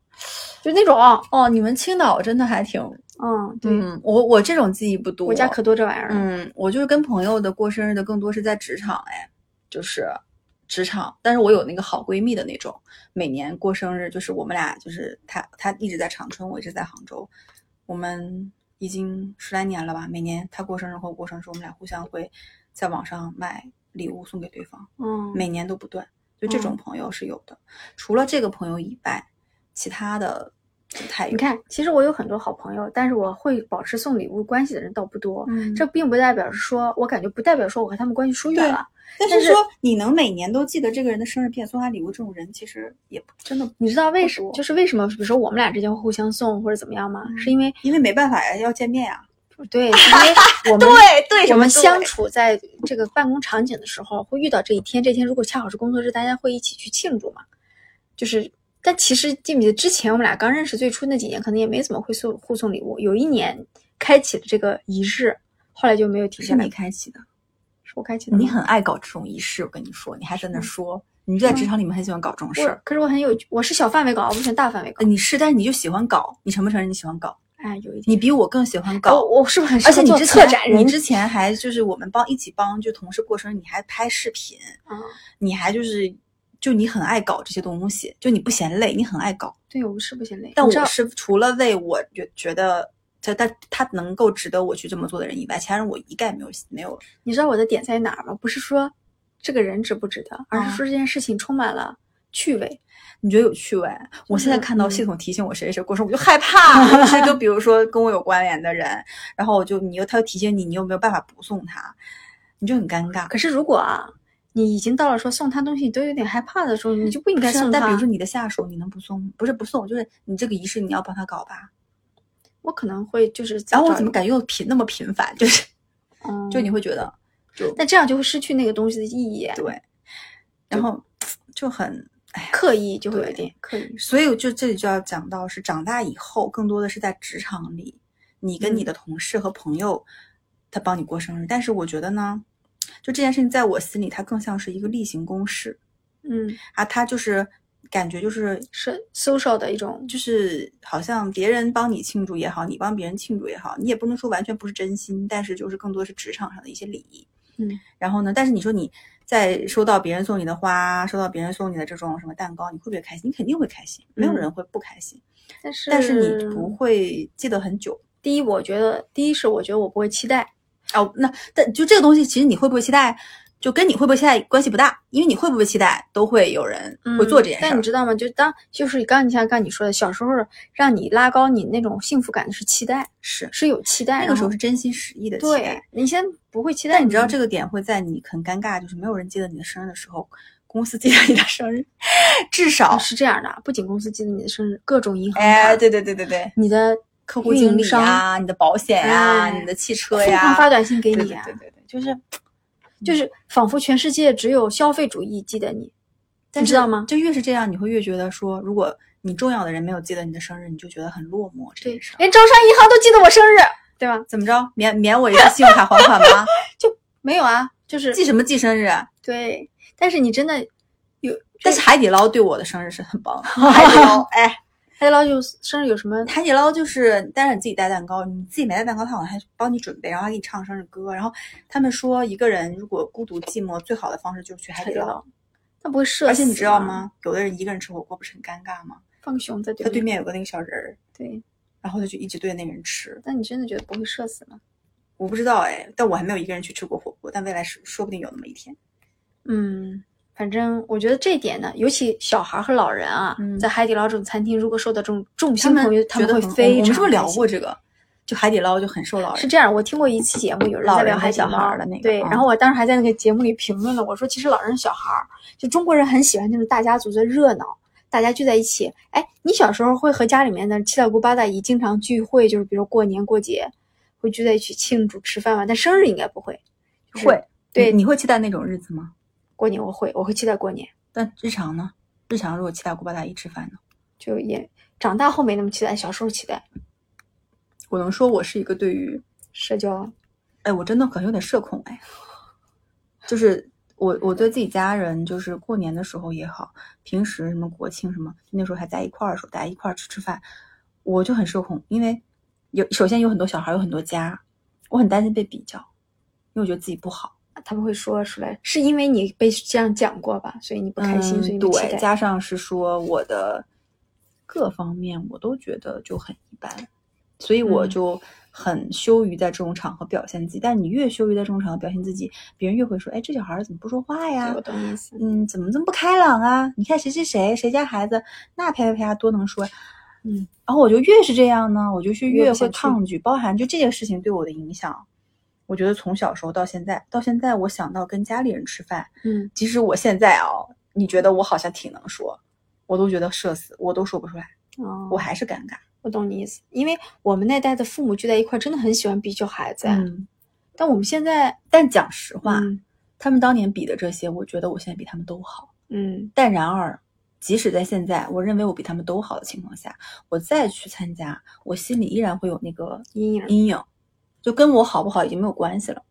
就那种。
哦，你们青岛真的还挺……
嗯，对，
嗯，我我这种记忆不多，
我家可多这玩意儿了。
嗯，我就是跟朋友的过生日的更多是在职场，哎，就是职场。但是我有那个好闺蜜的那种，每年过生日就是我们俩就是她她一直在长春，我一直在杭州，我们已经十来年了吧。每年她过生日或我过生日，我们俩互相会在网上买礼物送给对方，
嗯，
每年都不断。就这种
嗯
朋友是有的，除了这个朋友以外，其他的不太有。
你，看，其实我有很多好朋友，但是我会保持送礼物关系的人倒不多。
嗯
这并不代表是说，我感觉不代表说我和他们关系疏远
对
了。
但
但
是
是
说你能每年都记得这个人的生日，并且送他礼物，这种人其实也不真的，
你知道为什
不
么？
多
就是为什么，比如说我们俩之间会互相送或者怎么样吗？是因为
因为没办法呀，要见面呀。
不 对，是因为我们
对
我们相处在这个办公场景的时候，会遇到这一天。这天如果恰好是工作日，大家会一起去庆祝嘛。就是，但其实记不记得之前我们俩刚认识最初那几年，可能也没怎么会送互送礼物。有一年开启了这个仪式，后来就没有停下
是
来
你
过。
开启的，嗯
是我开启的吗。
你很爱搞这种仪式，我跟你说，你还在那说，你就在职场里面很喜欢搞这种事
我
儿。
可是我很有，我是小范围搞，我不喜欢大范围搞
呃。你是，但是你就喜欢搞，你承不承认你喜欢搞？
哎，有一点。
你比我更喜欢
哦
搞。
我是不是很适
而且
合
你
做
之
策
前
展，人？
你之前还就是我们帮一起帮就同事过生日，你还拍视频，
啊，
你还就是就你很爱搞这些东西，就你不嫌累，你很爱搞。
对，我是不行累。
但
你知
我
道
是除了为我觉觉得他他他能够值得我去这么做的人以外，其他人我一概没有没有。
你知道我的点在哪儿吗？不是说这个人值不值得，而是
啊
说这件事情充满了趣味。
你觉得有趣味？啊我现在
是
看到
嗯
系统提醒我谁谁谁过生日，我就害怕。就是就比如说跟我有关联的人，然后我就你又他又提醒你，你又没有办法不送他，你就很尴尬。
可是如果啊，你已经到了说送他东西你都有点害怕的时候，你就不应该
是啊
送他。
但比如说，你的下属，你能不送？不是不送，就是你这个仪式你要帮他搞吧。
我可能会就是，
然后我怎么感觉又频那么频繁？就是
觉，嗯
就你，会觉得就
但这样就会失去那个东西的意义，
对，然后就很哎呀。
刻意就会有
对
一点刻意。
所以就这里就要讲到是长大以后，更多的是在职场里，你跟你
嗯
的同事和朋友，他帮你过生日。但是我觉得呢，就这件事情在我心里，它更像是一个例行公事
嗯，
啊，它就是感觉就是
是 social 的一种，
就是好像别人帮你庆祝也好，你帮别人庆祝也好，你也不能说完全不是真心，但是就是更多是职场上的一些礼仪。
嗯，
然后呢，但是你说你在收到别人送你的花，收到别人送你的这种什么蛋糕，你会不会开心？你肯定会开心，没有
嗯
人会不开心。
但是
但是你不会记得很久
第一，我觉得第一是我觉得我不会期待，
哦。那但就这个东西，其实你会不会期待，就跟你会不会期待关系不大，因为你会不会期待，都会有人会做这件事
嗯但
儿。
你知道吗？就当就是刚你像刚你说的，小时候让你拉高你那种幸福感的是期待，
是
是有期待，
那个时候
是
是真心实意的期
对
待。，
你先不会期待，
但你知道这个点会在你很尴尬，就是没有人记得你的生日的时候，公司记得你的生日，至少
啊是这样的，不仅公司记得你的生日，各种银行卡，
哎，对对对对对，
你的
客户
运
经
营
理
商
呀，你的保险呀，
哎
你的汽车
疯
呀
狂，发短信给
对对
你
对
啊，
对对，就是
就是仿佛全世界只有消费主义记得你，
但
你知
是
道吗
就越是这样，你会越觉得说，如果你重要的人没有记得你的生日，你就觉得很落寞。这
对
件事，儿
连招商银行都记得我生日，对吧？
怎么着，免免我一个信用卡还款吧？
没有啊，就是
记什么记生日？啊
对，但是你真的有，
但是海底捞对我的生日是很 棒的。海
海
底
底
捞
捞，
哎，
海底捞有生日有什么？
海底捞就是，但是你自己带蛋糕，你自己没带蛋糕，他好像还帮你准备，然后还给你唱生日歌。然后他们说，一个人如果孤独寂寞，最好的方式就是去海底捞。，
那不会射死
而且你知道
吗？
吗？有的人一个人吃火锅不是很尴尬吗？
放个熊在对
他对
面。
面有个那个小人儿，
对，
然后他就一直对着那个人吃。
但你真的觉得不会社死吗？
我不知道哎，但我还没有一个人去吃过火锅，但未来是说不定有那么一天。
嗯，反正我觉得这一点呢，尤其小孩和老人啊，
嗯
在海底捞这种餐厅，如果受到这种众星捧月，他
觉得
会
很
非
我
常
们是不是聊
开心
过这个？就海底捞就很受老人
是这样，我听过一期节目，有人
老
在
人
聊
和
海底
小孩
捞
儿的那个
对，
嗯
然后我当时还在那个节目里评论了，我说其实老人小孩儿，就中国人很喜欢那种大家族的热闹，大家聚在一起。哎，你小时候会和家里面的七大姑八大姨经常聚会，就是比如过年过节会聚在一起庆祝吃饭吗？但生日应该不会。就是
会，
对
你会期待那种日子吗？
过年我会，我会期待过年，
但日常呢？日常如果七大姑八大姨吃饭呢？
就也长大后没那么期待，小时候期待
我能说我是一个对于，
社交。
哎，我真的可能有点社恐哎，就是我我对自己家人，就是过年的时候也好，平时什么国庆什么，就那时候还在一块儿的时候，大家一块儿吃吃饭，我就很社恐，因为有首先有很多小孩，有很多家，我很担心被比较，因为我觉得自己不好。
他们会说出来，是因为你被这样讲过吧，所以你不开心，
嗯
所以你不期
对，
待。
加上是说我的各方面我都觉得就很一般，所以我
嗯
就很羞于在这种场合表现自己。但你越羞于在这种场合表现自己，别人越会说：“哎，这小孩儿怎么不说话
对
呀
我？懂你意思。
嗯，怎么这么不开朗啊？你看谁谁谁谁家孩子那啪啪啪多能说。”
嗯，
然后我就越是这样呢，我就是
越不
越
想
会
去
抗拒，包含就这件事情对我的影响。我觉得从小时候到现在，到现在我想到跟家里人吃饭，
嗯，
即使我现在啊、你觉得我好像挺能说，我都觉得社死，我都说不出来，
哦
我还是尴尬。
我懂你意思，因为我们那代的父母聚在一块儿，真的很喜欢比较孩子呀。
嗯，
但我们现在，
但讲实话，
嗯
他们当年比的这些，我觉得我现在比他们都好。
嗯
但然而，即使在现在，我认为我比他们都好的情况下，我再去参加，我心里依然会有那个
阴影儿，
阴影，就跟我好不好已经没有关系了。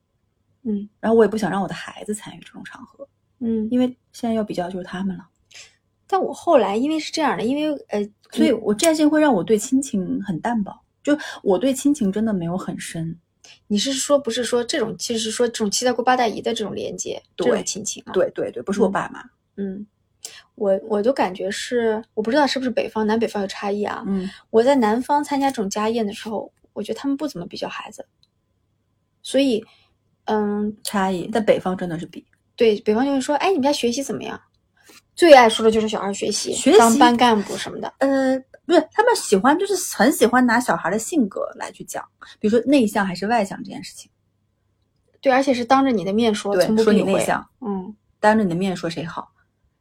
嗯
然后我也不想让我的孩子参与这种场合，
嗯。
因为现在要比较就是他们了。
但我后来因为是这样的，因为呃，
所以我这件事情会让我对亲情很淡薄，就我对亲情真的没有很深。
你是说不是说这种，其实是说这种七大姑八大姨的这种连接，这种
对
亲情啊。，
对对对，不是我
嗯
爸妈。
嗯，我我都感觉是，我不知道是不是北方南北方有差异啊。
嗯，
我在南方参加这种家宴的时候，我觉得他们不怎么比较孩子，所以，嗯，
差异在北方真的是比
对，北方就会说，哎，你们家学习怎么样？最爱说的就是小孩学习，
学
当
习
班干部什么的。
呃，不是他们喜欢，就是很喜欢拿小孩的性格来去讲，比如说内向还是外向这件事情，
对，而且是当着你的面说，
对
从，不
说
避
你
讳。
内向，
嗯，
当着你的面说谁好，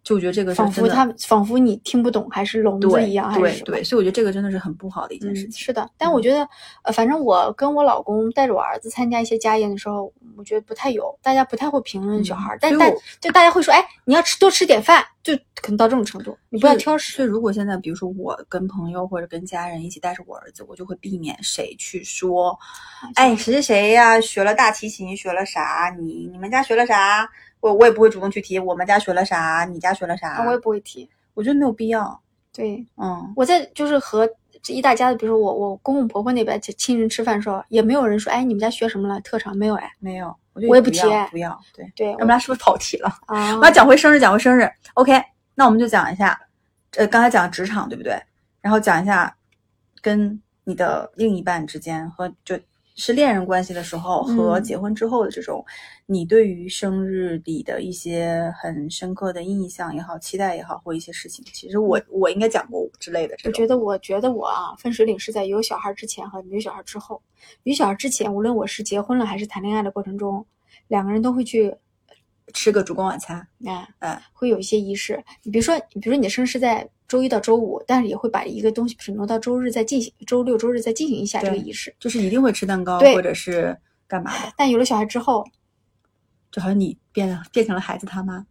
就我觉得这个是
仿
真
佛
的
他们仿佛你听不懂，还是聋子
对
一样，还是
对
什么
对，？所以我觉得这个真的是很不好的一件事
嗯，
情。
是的，但我觉得，呃，反正我跟我老公带着我儿子参加一些家宴的时候，我觉得不太有，大家不太会评论小孩儿，
嗯
但
所以
但
我
就大家会说，哎，你要吃多吃点饭，就可能到这种程度，你不要挑食。
所以如果现在比如说我跟朋友或者跟家人一起带着我儿子，我就会避免谁去说，哎，谁谁谁呀、学了大提琴，学了啥？你你们家学了啥？我我也不会主动去提我们家学了啥，你家学了啥
啊，我也不会提。
我觉得没有必要。
对，
嗯，
我在就是和这一大家子，比如说我我公公婆婆那边亲亲人吃饭的时候，也没有人说，哎，你们家学什么了？特长没有哎。
没有，我
我也不
不要
提
不要，对，
对，
要不然是不是跑题了？
我啊
我们，要讲回生日，讲回生日。OK，那我们就讲一下，呃，刚才讲职场对不对？然后讲一下跟你的另一半之间和就是恋人关系的时候
嗯
和结婚之后的这种，你对于生日里的一些很深刻的印象也好、期待也好，或一些事情，其实我我应该讲过之类的
嗯
这
我
种。
觉得，我觉得我啊，分水岭是在有小孩之前和没有小孩之后。有小孩之前，无论我是结婚了还是谈恋爱的过程中，两个人都会去，
吃个烛光晚餐，
哎，
嗯，
会有一些仪式。你比如说，比如说你的生日是在周一到周五，但是也会把一个东西，比如挪到周日再进行，周六、周日再进行一下这个
对
仪式。
就是一定会吃蛋糕
对
或者是干嘛的，
但有了小孩之后，
就好像你变了变成了孩子他妈。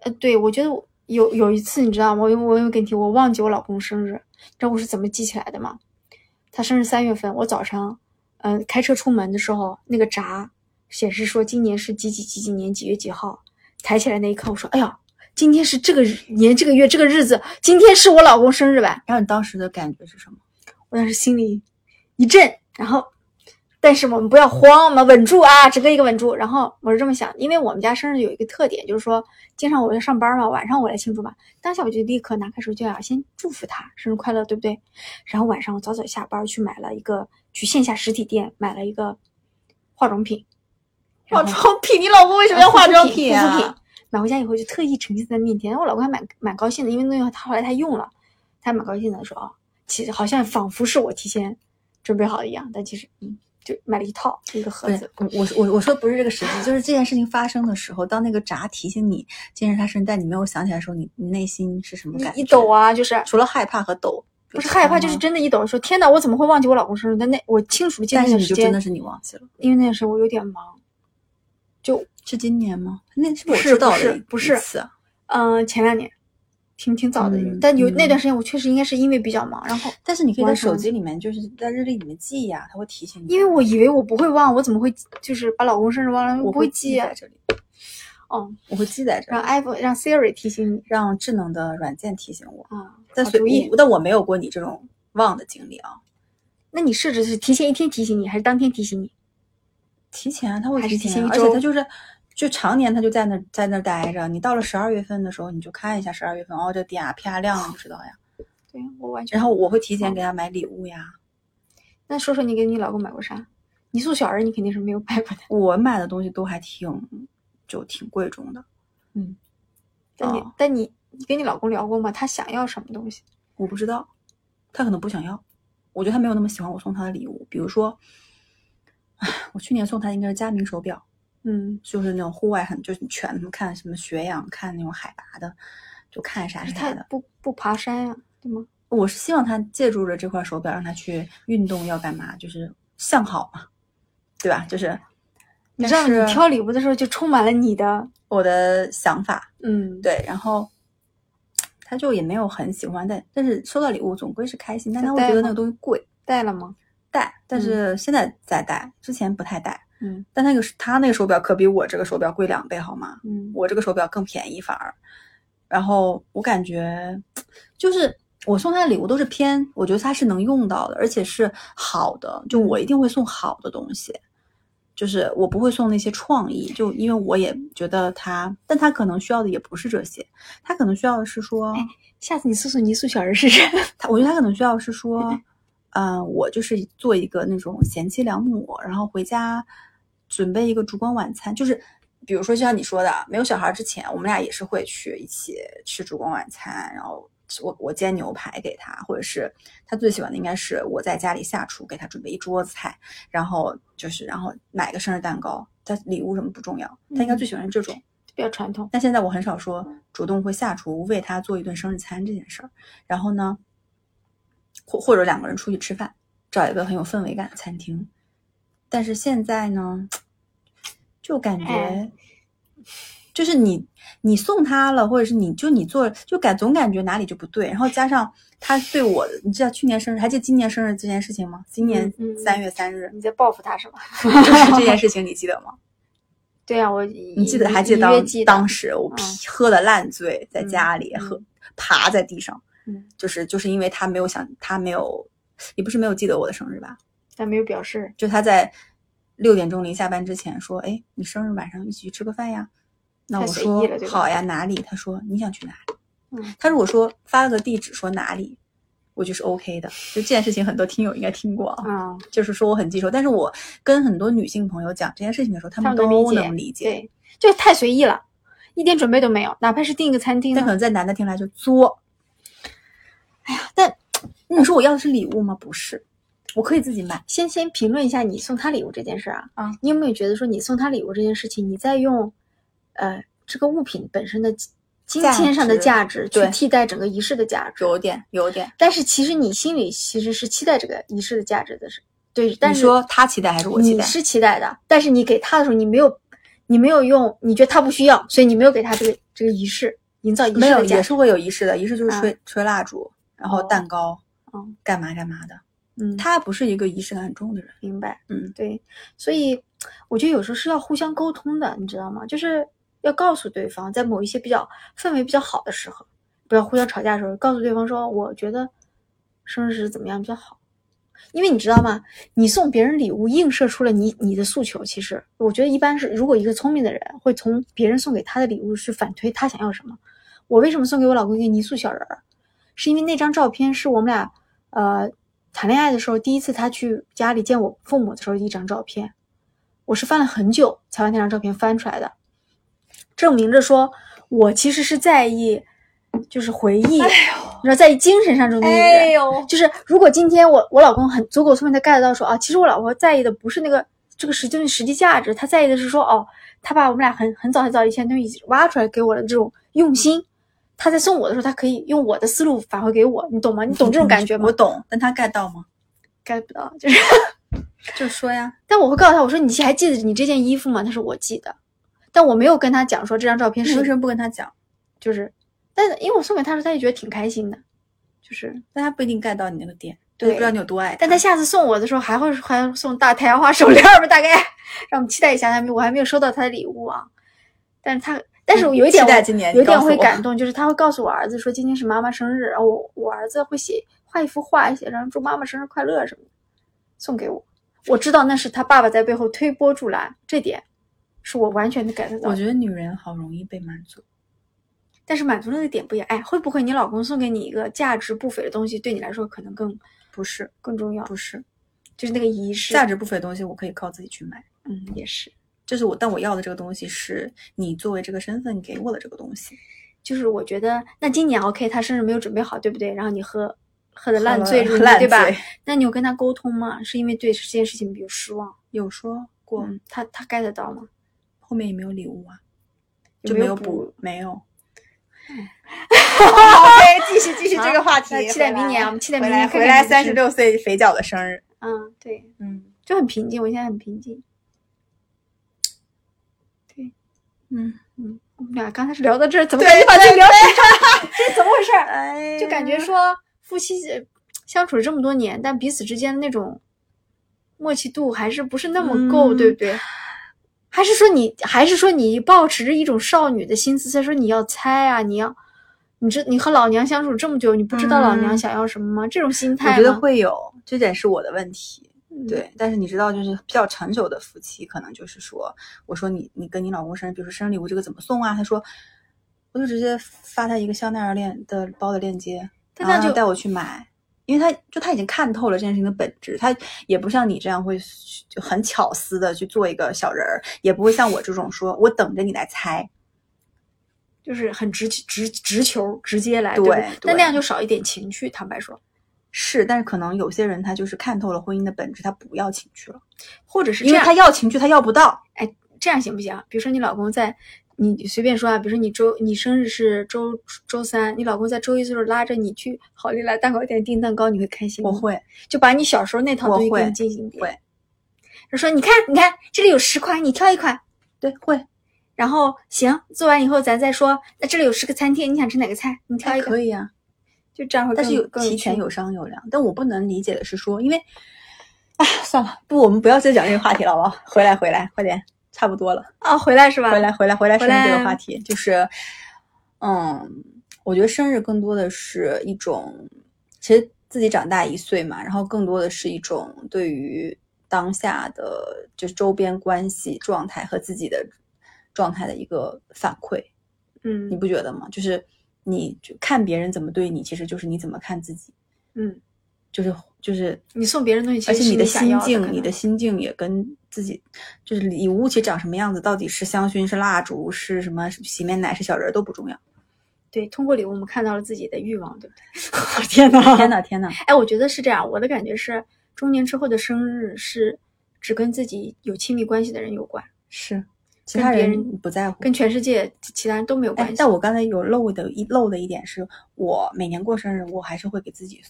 呃，对我觉得我有有一次，你知道吗？我有我有跟你提，我忘记我老公生日，你知道我是怎么记起来的吗？他生日三月份，我早上，嗯、开车出门的时候，那个闸显示说今年是几几几几年几月几号，抬起来那一刻，我说，哎呀，今天是这个日年这个月这个日子，今天是我老公生日呗。
然后你当时的感觉是什么？
我当时心里一震，然后，但是我们不要慌，我们稳住啊，整个一个稳住。然后我是这么想，因为我们家生日有一个特点，就是说，经常我要上班嘛，晚上我来庆祝嘛，当下我就立刻拿开手机啊，先祝福他生日快乐，对不对？然后晚上我早早下班去买了一个，去线下实体店买了一个化妆品，然后
品，你老公为什
呃
啊
护肤品？啊买回家以后就特意呈现在面前，我老公还蛮蛮高兴的，因为那个他后来他用了，哦他还蛮高兴的说啊，其实好像仿佛是我提前准备好一样，但其实嗯，就买了一套一个盒
对
子，，
我我我我说不是这个时机，就是这件事情发生的时候，当那个闸提醒你这件事发生，但你没有想起来的时候，你你内心是什么感觉？
一抖！啊，就是
除了害怕和抖，
不是害怕，就是真的，一抖说天哪，我怎么会忘记我老公生日？但那我清楚的记得
但
那
是
段
你
时
就真
间
的，是你忘记了，
因为那个时候我有点忙，就是
今年吗？那是我
不是
知道
不是
的一
不是
一次啊
嗯、前两年，挺挺早的，
嗯
但有那
嗯
段时间我确实应该是因为比较忙，然后
但是你可以在
完全
手机里面，就是在日历里面记呀、它会提醒你。
因为我以为我不会忘，我怎么会就是把老公生日忘了？
我
不会
记
记啊
在，这里，
哦，
我会记在这
让
里，
iPhone 让 Siri 提醒你
让智能的软件提醒我。
啊，
但
好
是
主意
我，但我没有过你这种忘的经历啊。
那你设置是提前一天提醒你，还是当天提醒你？
提前啊，它会
还
提
是提
前啊，
前一
而且它
周
就是就常年它就在那在那待着。你到了十二月份的时候，你就看一下十二月份，哦，这电啊啪亮了，你知道呀。
对我完全。
然后我会提前给他买礼物呀。
那说说你给你老公买过啥？你送小人，你肯定是没有买过的。
我买的东西都还挺就挺贵重的，
但你、
哦
但你你跟你老公聊过吗？他想要什么东西？
我不知道，他可能不想要。我觉得他没有那么喜欢我送他的礼物，比如说，唉我去年送他应该是佳明手表，
嗯，
就是那种户外很就是全他们看什么雪氧，看那种海拔的，就看啥
可是
啥
他
的。
不不爬山啊，对吗？
我是希望他借助着这块手表，让他去运动要干嘛，就是向好嘛，对吧？就是
你知道
是
你挑礼物的时候就充满了你的，
我的想法，
嗯，
对。然后他就也没有很喜欢，但但是收到礼物总归是开心，但
他
他会觉
戴
得
吗
那个东西贵，
带了吗？
戴，但是现在在戴，之前不太戴。
嗯
但那个是他那个手表可比我这个手表贵两倍，好吗？
嗯，
我这个手表更便宜，反而。然后我感觉，就是我送他的礼物都是偏，我觉得他是能用到的，而且是好的。就我一定会送好的东西，就是我不会送那些创意，就因为我也觉得他，但他可能需要的也不是这些，他可能需要的是说，
下次你搜索泥塑小人试试。
他我觉得他可能需要是说，嗯、我就是做一个那种贤妻良母，然后回家准备一个烛光晚餐，就是比如说就像你说的，没有小孩之前，我们俩也是会去一起吃烛光晚餐，然后吃我我煎牛排给他，或者是他最喜欢的应该是我在家里下厨给他准备一桌子菜，然后就是然后买个生日蛋糕，他礼物什么不重要，他应该
嗯
最喜欢这种。
比较传统。
但现在我很少说主动会下厨为他做一顿生日餐这件事儿。然后呢，或或者两个人出去吃饭，找一个很有氛围感的餐厅。但是现在呢，就感觉
哎
就是你你送他了，或者是你就你做就感总感觉哪里就不对。然后加上他对我的，你知道去年生日，还记得今年生日这件事情吗？今年
嗯嗯
三月三 日，
你在报复他是吧？
就是这件事情，你记得吗？
对啊，我
你
你
记得还记得
约
当
记得
当时我
嗯
屁喝的烂醉，在
嗯
家里
嗯
喝爬在地上
嗯，
就是就是因为他没有想他没有，也不是没有记得我的生日吧，
但没有表示。
就他在六点钟临下班之前说，哎，你生日晚上一起去吃个饭呀。那
太
我
随
说
意了对吧
好呀，哪里？他说你想去哪里？
嗯
他如果说发了个地址说哪里，我就是 OK 的。就这件事情，很多听友应该听过啊。
嗯，
就是说我很记仇，但是我跟很多女性朋友讲这件事情的时候，她
他
们
们
都
能理解，
能理解，
对，就太随意了，一点准备都没有，哪怕是订一个餐厅
但可
呢，
能在男的听来就作。哎
但
你说我要的是礼物吗？不是，我可以自己买。
先先评论一下你送他礼物这件事儿啊，
啊，
你有没有觉得说你送他礼物这件事情，你在用，呃，这个物品本身的金金
价
钱上的
值
价值去
对
替代整个仪式的价值？
有点，有点。
但是其实你心里其实是期待这个仪式的价值的，是对，但
但
是
说他期待还是我期
你
待？
是期待的，但是你给他的时候，你没有，你没有用，你觉得他不需要，所以你没有给他这个这个仪式，营造仪式
没有，
的价
也嗯
值。
是会有仪式的。仪式就是
啊
吹、吹蜡烛，然后
哦
蛋糕，
哦
干嘛干嘛的。
嗯，
他不是一个仪式感很重的人。
明白，
嗯，
对，所以我觉得有时候是要互相沟通的，你知道吗？就是要告诉对方，在某一些比较氛围比较好的时候，不要互相吵架的时候，告诉对方说，我觉得生日是怎么样比较好。因为你知道吗？你送别人礼物，映射出了你你的诉求。其实，我觉得一般是，如果一个聪明的人会从别人送给他的礼物去反推他想要什么。我为什么送给我老公一个泥塑小人儿？是因为那张照片是我们俩呃谈恋爱的时候，第一次他去家里见我父母的时候一张照片，我是翻了很久才把那张照片翻出来的，证明着说我其实是在意，就是回忆你知道，在精神上中的女人，
哎呦，
就是如果今天我我老公很足够聪明，他 get 到说啊，其实我老婆在意的不是那个这个实际实际价值，他在意的是说哦，他把我们俩很很早很早以前都已经挖出来给我的这种用心，他在送我的时候，他可以用我的思路返回给我，你懂吗？你懂这种感觉吗
我？懂，但他 get 到吗？
get 不到，就是，
就说呀，
但我会告诉他，我说你还记得你这件衣服吗？他说我记得，但我没有跟他讲说这张照片
你为什
是
么不跟他讲？
就是，但是因为我送给他的时候，他也觉得挺开心的，就是。
但他不一定 get 到你那个点，
对
就不知道你有多爱他。
但他下次送我的时候还会还送大太阳花手链儿吧？大概让我们期待一下，还没我还没有收到他的礼物啊。但是他，但是我有一点
嗯期待
我
今年
有一点
你告诉
会
我
感动，就是他会告诉我儿子说今天是妈妈生日，然后我我儿子会写画一幅画，写上祝妈妈生日快乐什么的，送给我。我知道那是他爸爸在背后推波助澜，这点是我完全的感受到
我
的。
觉得女人好容易被满足，
但是满足那个点不一样，哎，会不会你老公送给你一个价值不菲的东西，对你来说可能更
不是
更重要？
不是，
就是那个仪式
价，值不菲的东西我可以靠自己去买，
嗯，也是。
就是我，但我要的这个东西是你作为这个身份给我的这个东西，
就是我觉得，那今年 OK，他生日没有准备好，对不对？然后你喝喝的烂
喝
醉 如泥，
烂
对吧
醉？
那你有跟他沟通吗？是因为对这件事情比较失望？
有说过，
嗯，他他 get 到吗？
后面也没有礼物啊，
有
就
没
没
有
有
补
补，没有。哎
OK，继续继续这个话题
那，期待
回
明年
来
啊我们期待
回
明
来
年
回来，三十
六。
六岁肥脚的生日，
嗯，对，
嗯
就很平静，我现在很平静。
嗯，
嗯，我们俩刚开始聊到这儿，怎么感觉把这聊 平常？这是怎么回事儿？
哎
就感觉说夫妻呃相处了这么多年，但彼此之间的那种默契度还是不是那么够，
嗯
对不对？还是说你还是说你保持着一种少女的心思，再说你要猜啊，你要你这你和老娘相处这么久，你不知道老娘
嗯
想要什么吗？这种心
我
态
觉得
吗？
会有，这点是我的问题。
嗯
对，但是你知道，就是比较长久的夫妻，可能就是说，我说你你跟你老公生日，比如说生日礼物这个怎么送啊？他说，我就直接发他一个香奈儿链的包的链接，
但
然
那
后让
就
他带我去买，因为他就他已经看透了这件事情的本质，他也不像你这样会就很巧思的去做一个小人儿，也不会像我这种说我等着你来猜，
就是很直直直球直接来，
对
不对？那
对
那样就少一点情趣，坦白说，
是，但是可能有些人他就是看透了婚姻的本质，他不要情趣了，
或者是
因
这
为
样
他要情趣他要不到，
这样行不行啊？比如说你老公在，你随便说啊，比如说你周你生日是周周三，你老公在周一的时候拉着你去好利来蛋糕店订蛋糕，你会开心吗？
我，会。
就把你小时候那套
我
东西给
会
你进行一遍
会。
就说你看你看这里有十款，你挑一款，
对，会
然后行做完以后咱再说。那这里有十个餐厅，你想吃哪个菜？你挑
还
一个，
可以啊，
就这样会更
但是有
更
提前
趣
有商有量。但我不能理解的是说，因为，啊，算了，不，我们不要再讲这个话题了，好不好？回来，回来，快点，差不多了，
哦，回来是吧？
回来，回来，啊回来，
回
生日这个
来
话题就是，嗯，我觉得生日更多的是一种，其实自己长大一岁嘛，然后更多的是一种对于当下的就是周边关系状态和自己的状态的一个反馈。
嗯，
你不觉得吗？就是你就看别人怎么对你，其实就是你怎么看自己，
嗯，
就是就是，
你送别人东西其
而
实
且
是
你的
你想
心
要的可
境，你
能
的心境也跟自己就是礼物其实长什么样子，到底是香薰、是蜡烛、是什么洗面奶、是小人儿都不重要。
对，通过礼物我们看到了自己的欲望，对不对？
天哪，天哪，天哪！
哎，我觉得是这样，我的感觉是，中年之后的生日是只跟自己有亲密关系的人有关，
是，其
跟
他
别
人
人
不在乎。
跟全世界其其他人都没有关
哎
系。，
但我刚才有漏的一漏的一点是，我每年过生日，我还是会给自己，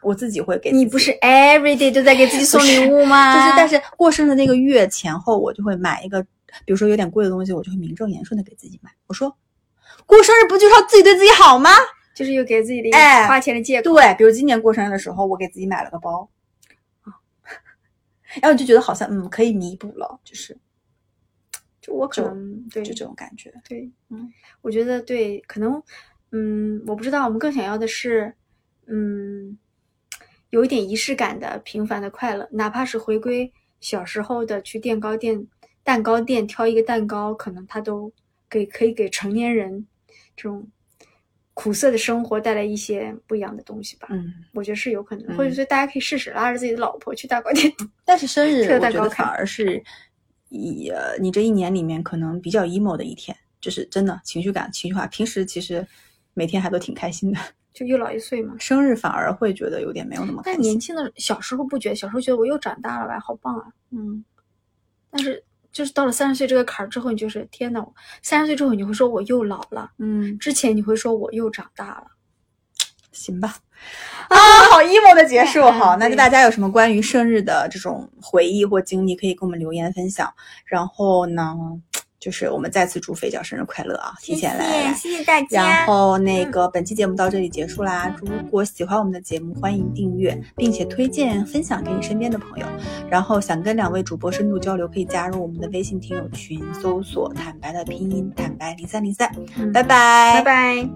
我自己会给
你
自
不
己
是啊 every day 都在给自己送礼物吗？
就是，但是过生日那个月前后，我就会买一个，比如说有点贵的东西，我就会名正言顺的给自己买。我说，过生日不就是要自己对自己好吗？
就是又给自己的一个
哎
花钱的借口。
对，比如今年过生日的时候，我给自己买了个包，
啊
然后我就觉得好像嗯可以弥补了，就是
就我可
就
能对
就这种感觉。
对，
嗯，
我觉得对，可能，嗯，我不知道，我们更想要的是，嗯，有一点仪式感的平凡的快乐，哪怕是回归小时候的去蛋糕店、蛋糕店挑一个蛋糕，可能它都给可以给成年人这种苦涩的生活带来一些不一样的东西吧。
嗯，
我觉得是有可能的，或者
嗯
说大家可以试试拉着自己的老婆去蛋糕店。
但是生日
这个
我
蛋
觉
糕
得反
看
而是以呃你这一年里面可能比较 emo 的一天，就是真的情绪感情绪化。平时其实每天还都挺开心的。
就又老一岁嘛。
生日反而会觉得有点没有那么
但是
开
年
心。
轻的小时候不觉得，小时候觉得我又长大了吧，好棒啊！
嗯，
但是就是到了三十岁这个坎儿之后，你就是天呐，三十岁之后你会说我又老了，
嗯，
之前你会说我又长大了。
行吧。啊，好 emo 的结束，
嗯
好，那就大家有什么关于生日的这种回忆或经历，可以跟我们留言分享。然后呢，就是我们再次祝肥脚生日快乐啊！提前来来
谢嗯
来
谢谢谢大
然
家，
后那个本期节目到这里结束啦。如果喜欢我们的节目，欢迎订阅，并且推荐分享给你身边的朋友。然后想跟两位主播深度交流，可以加入我们的微
嗯
信听友群，搜索“坦白”的拼音“坦白零三零三”。拜拜，
拜拜。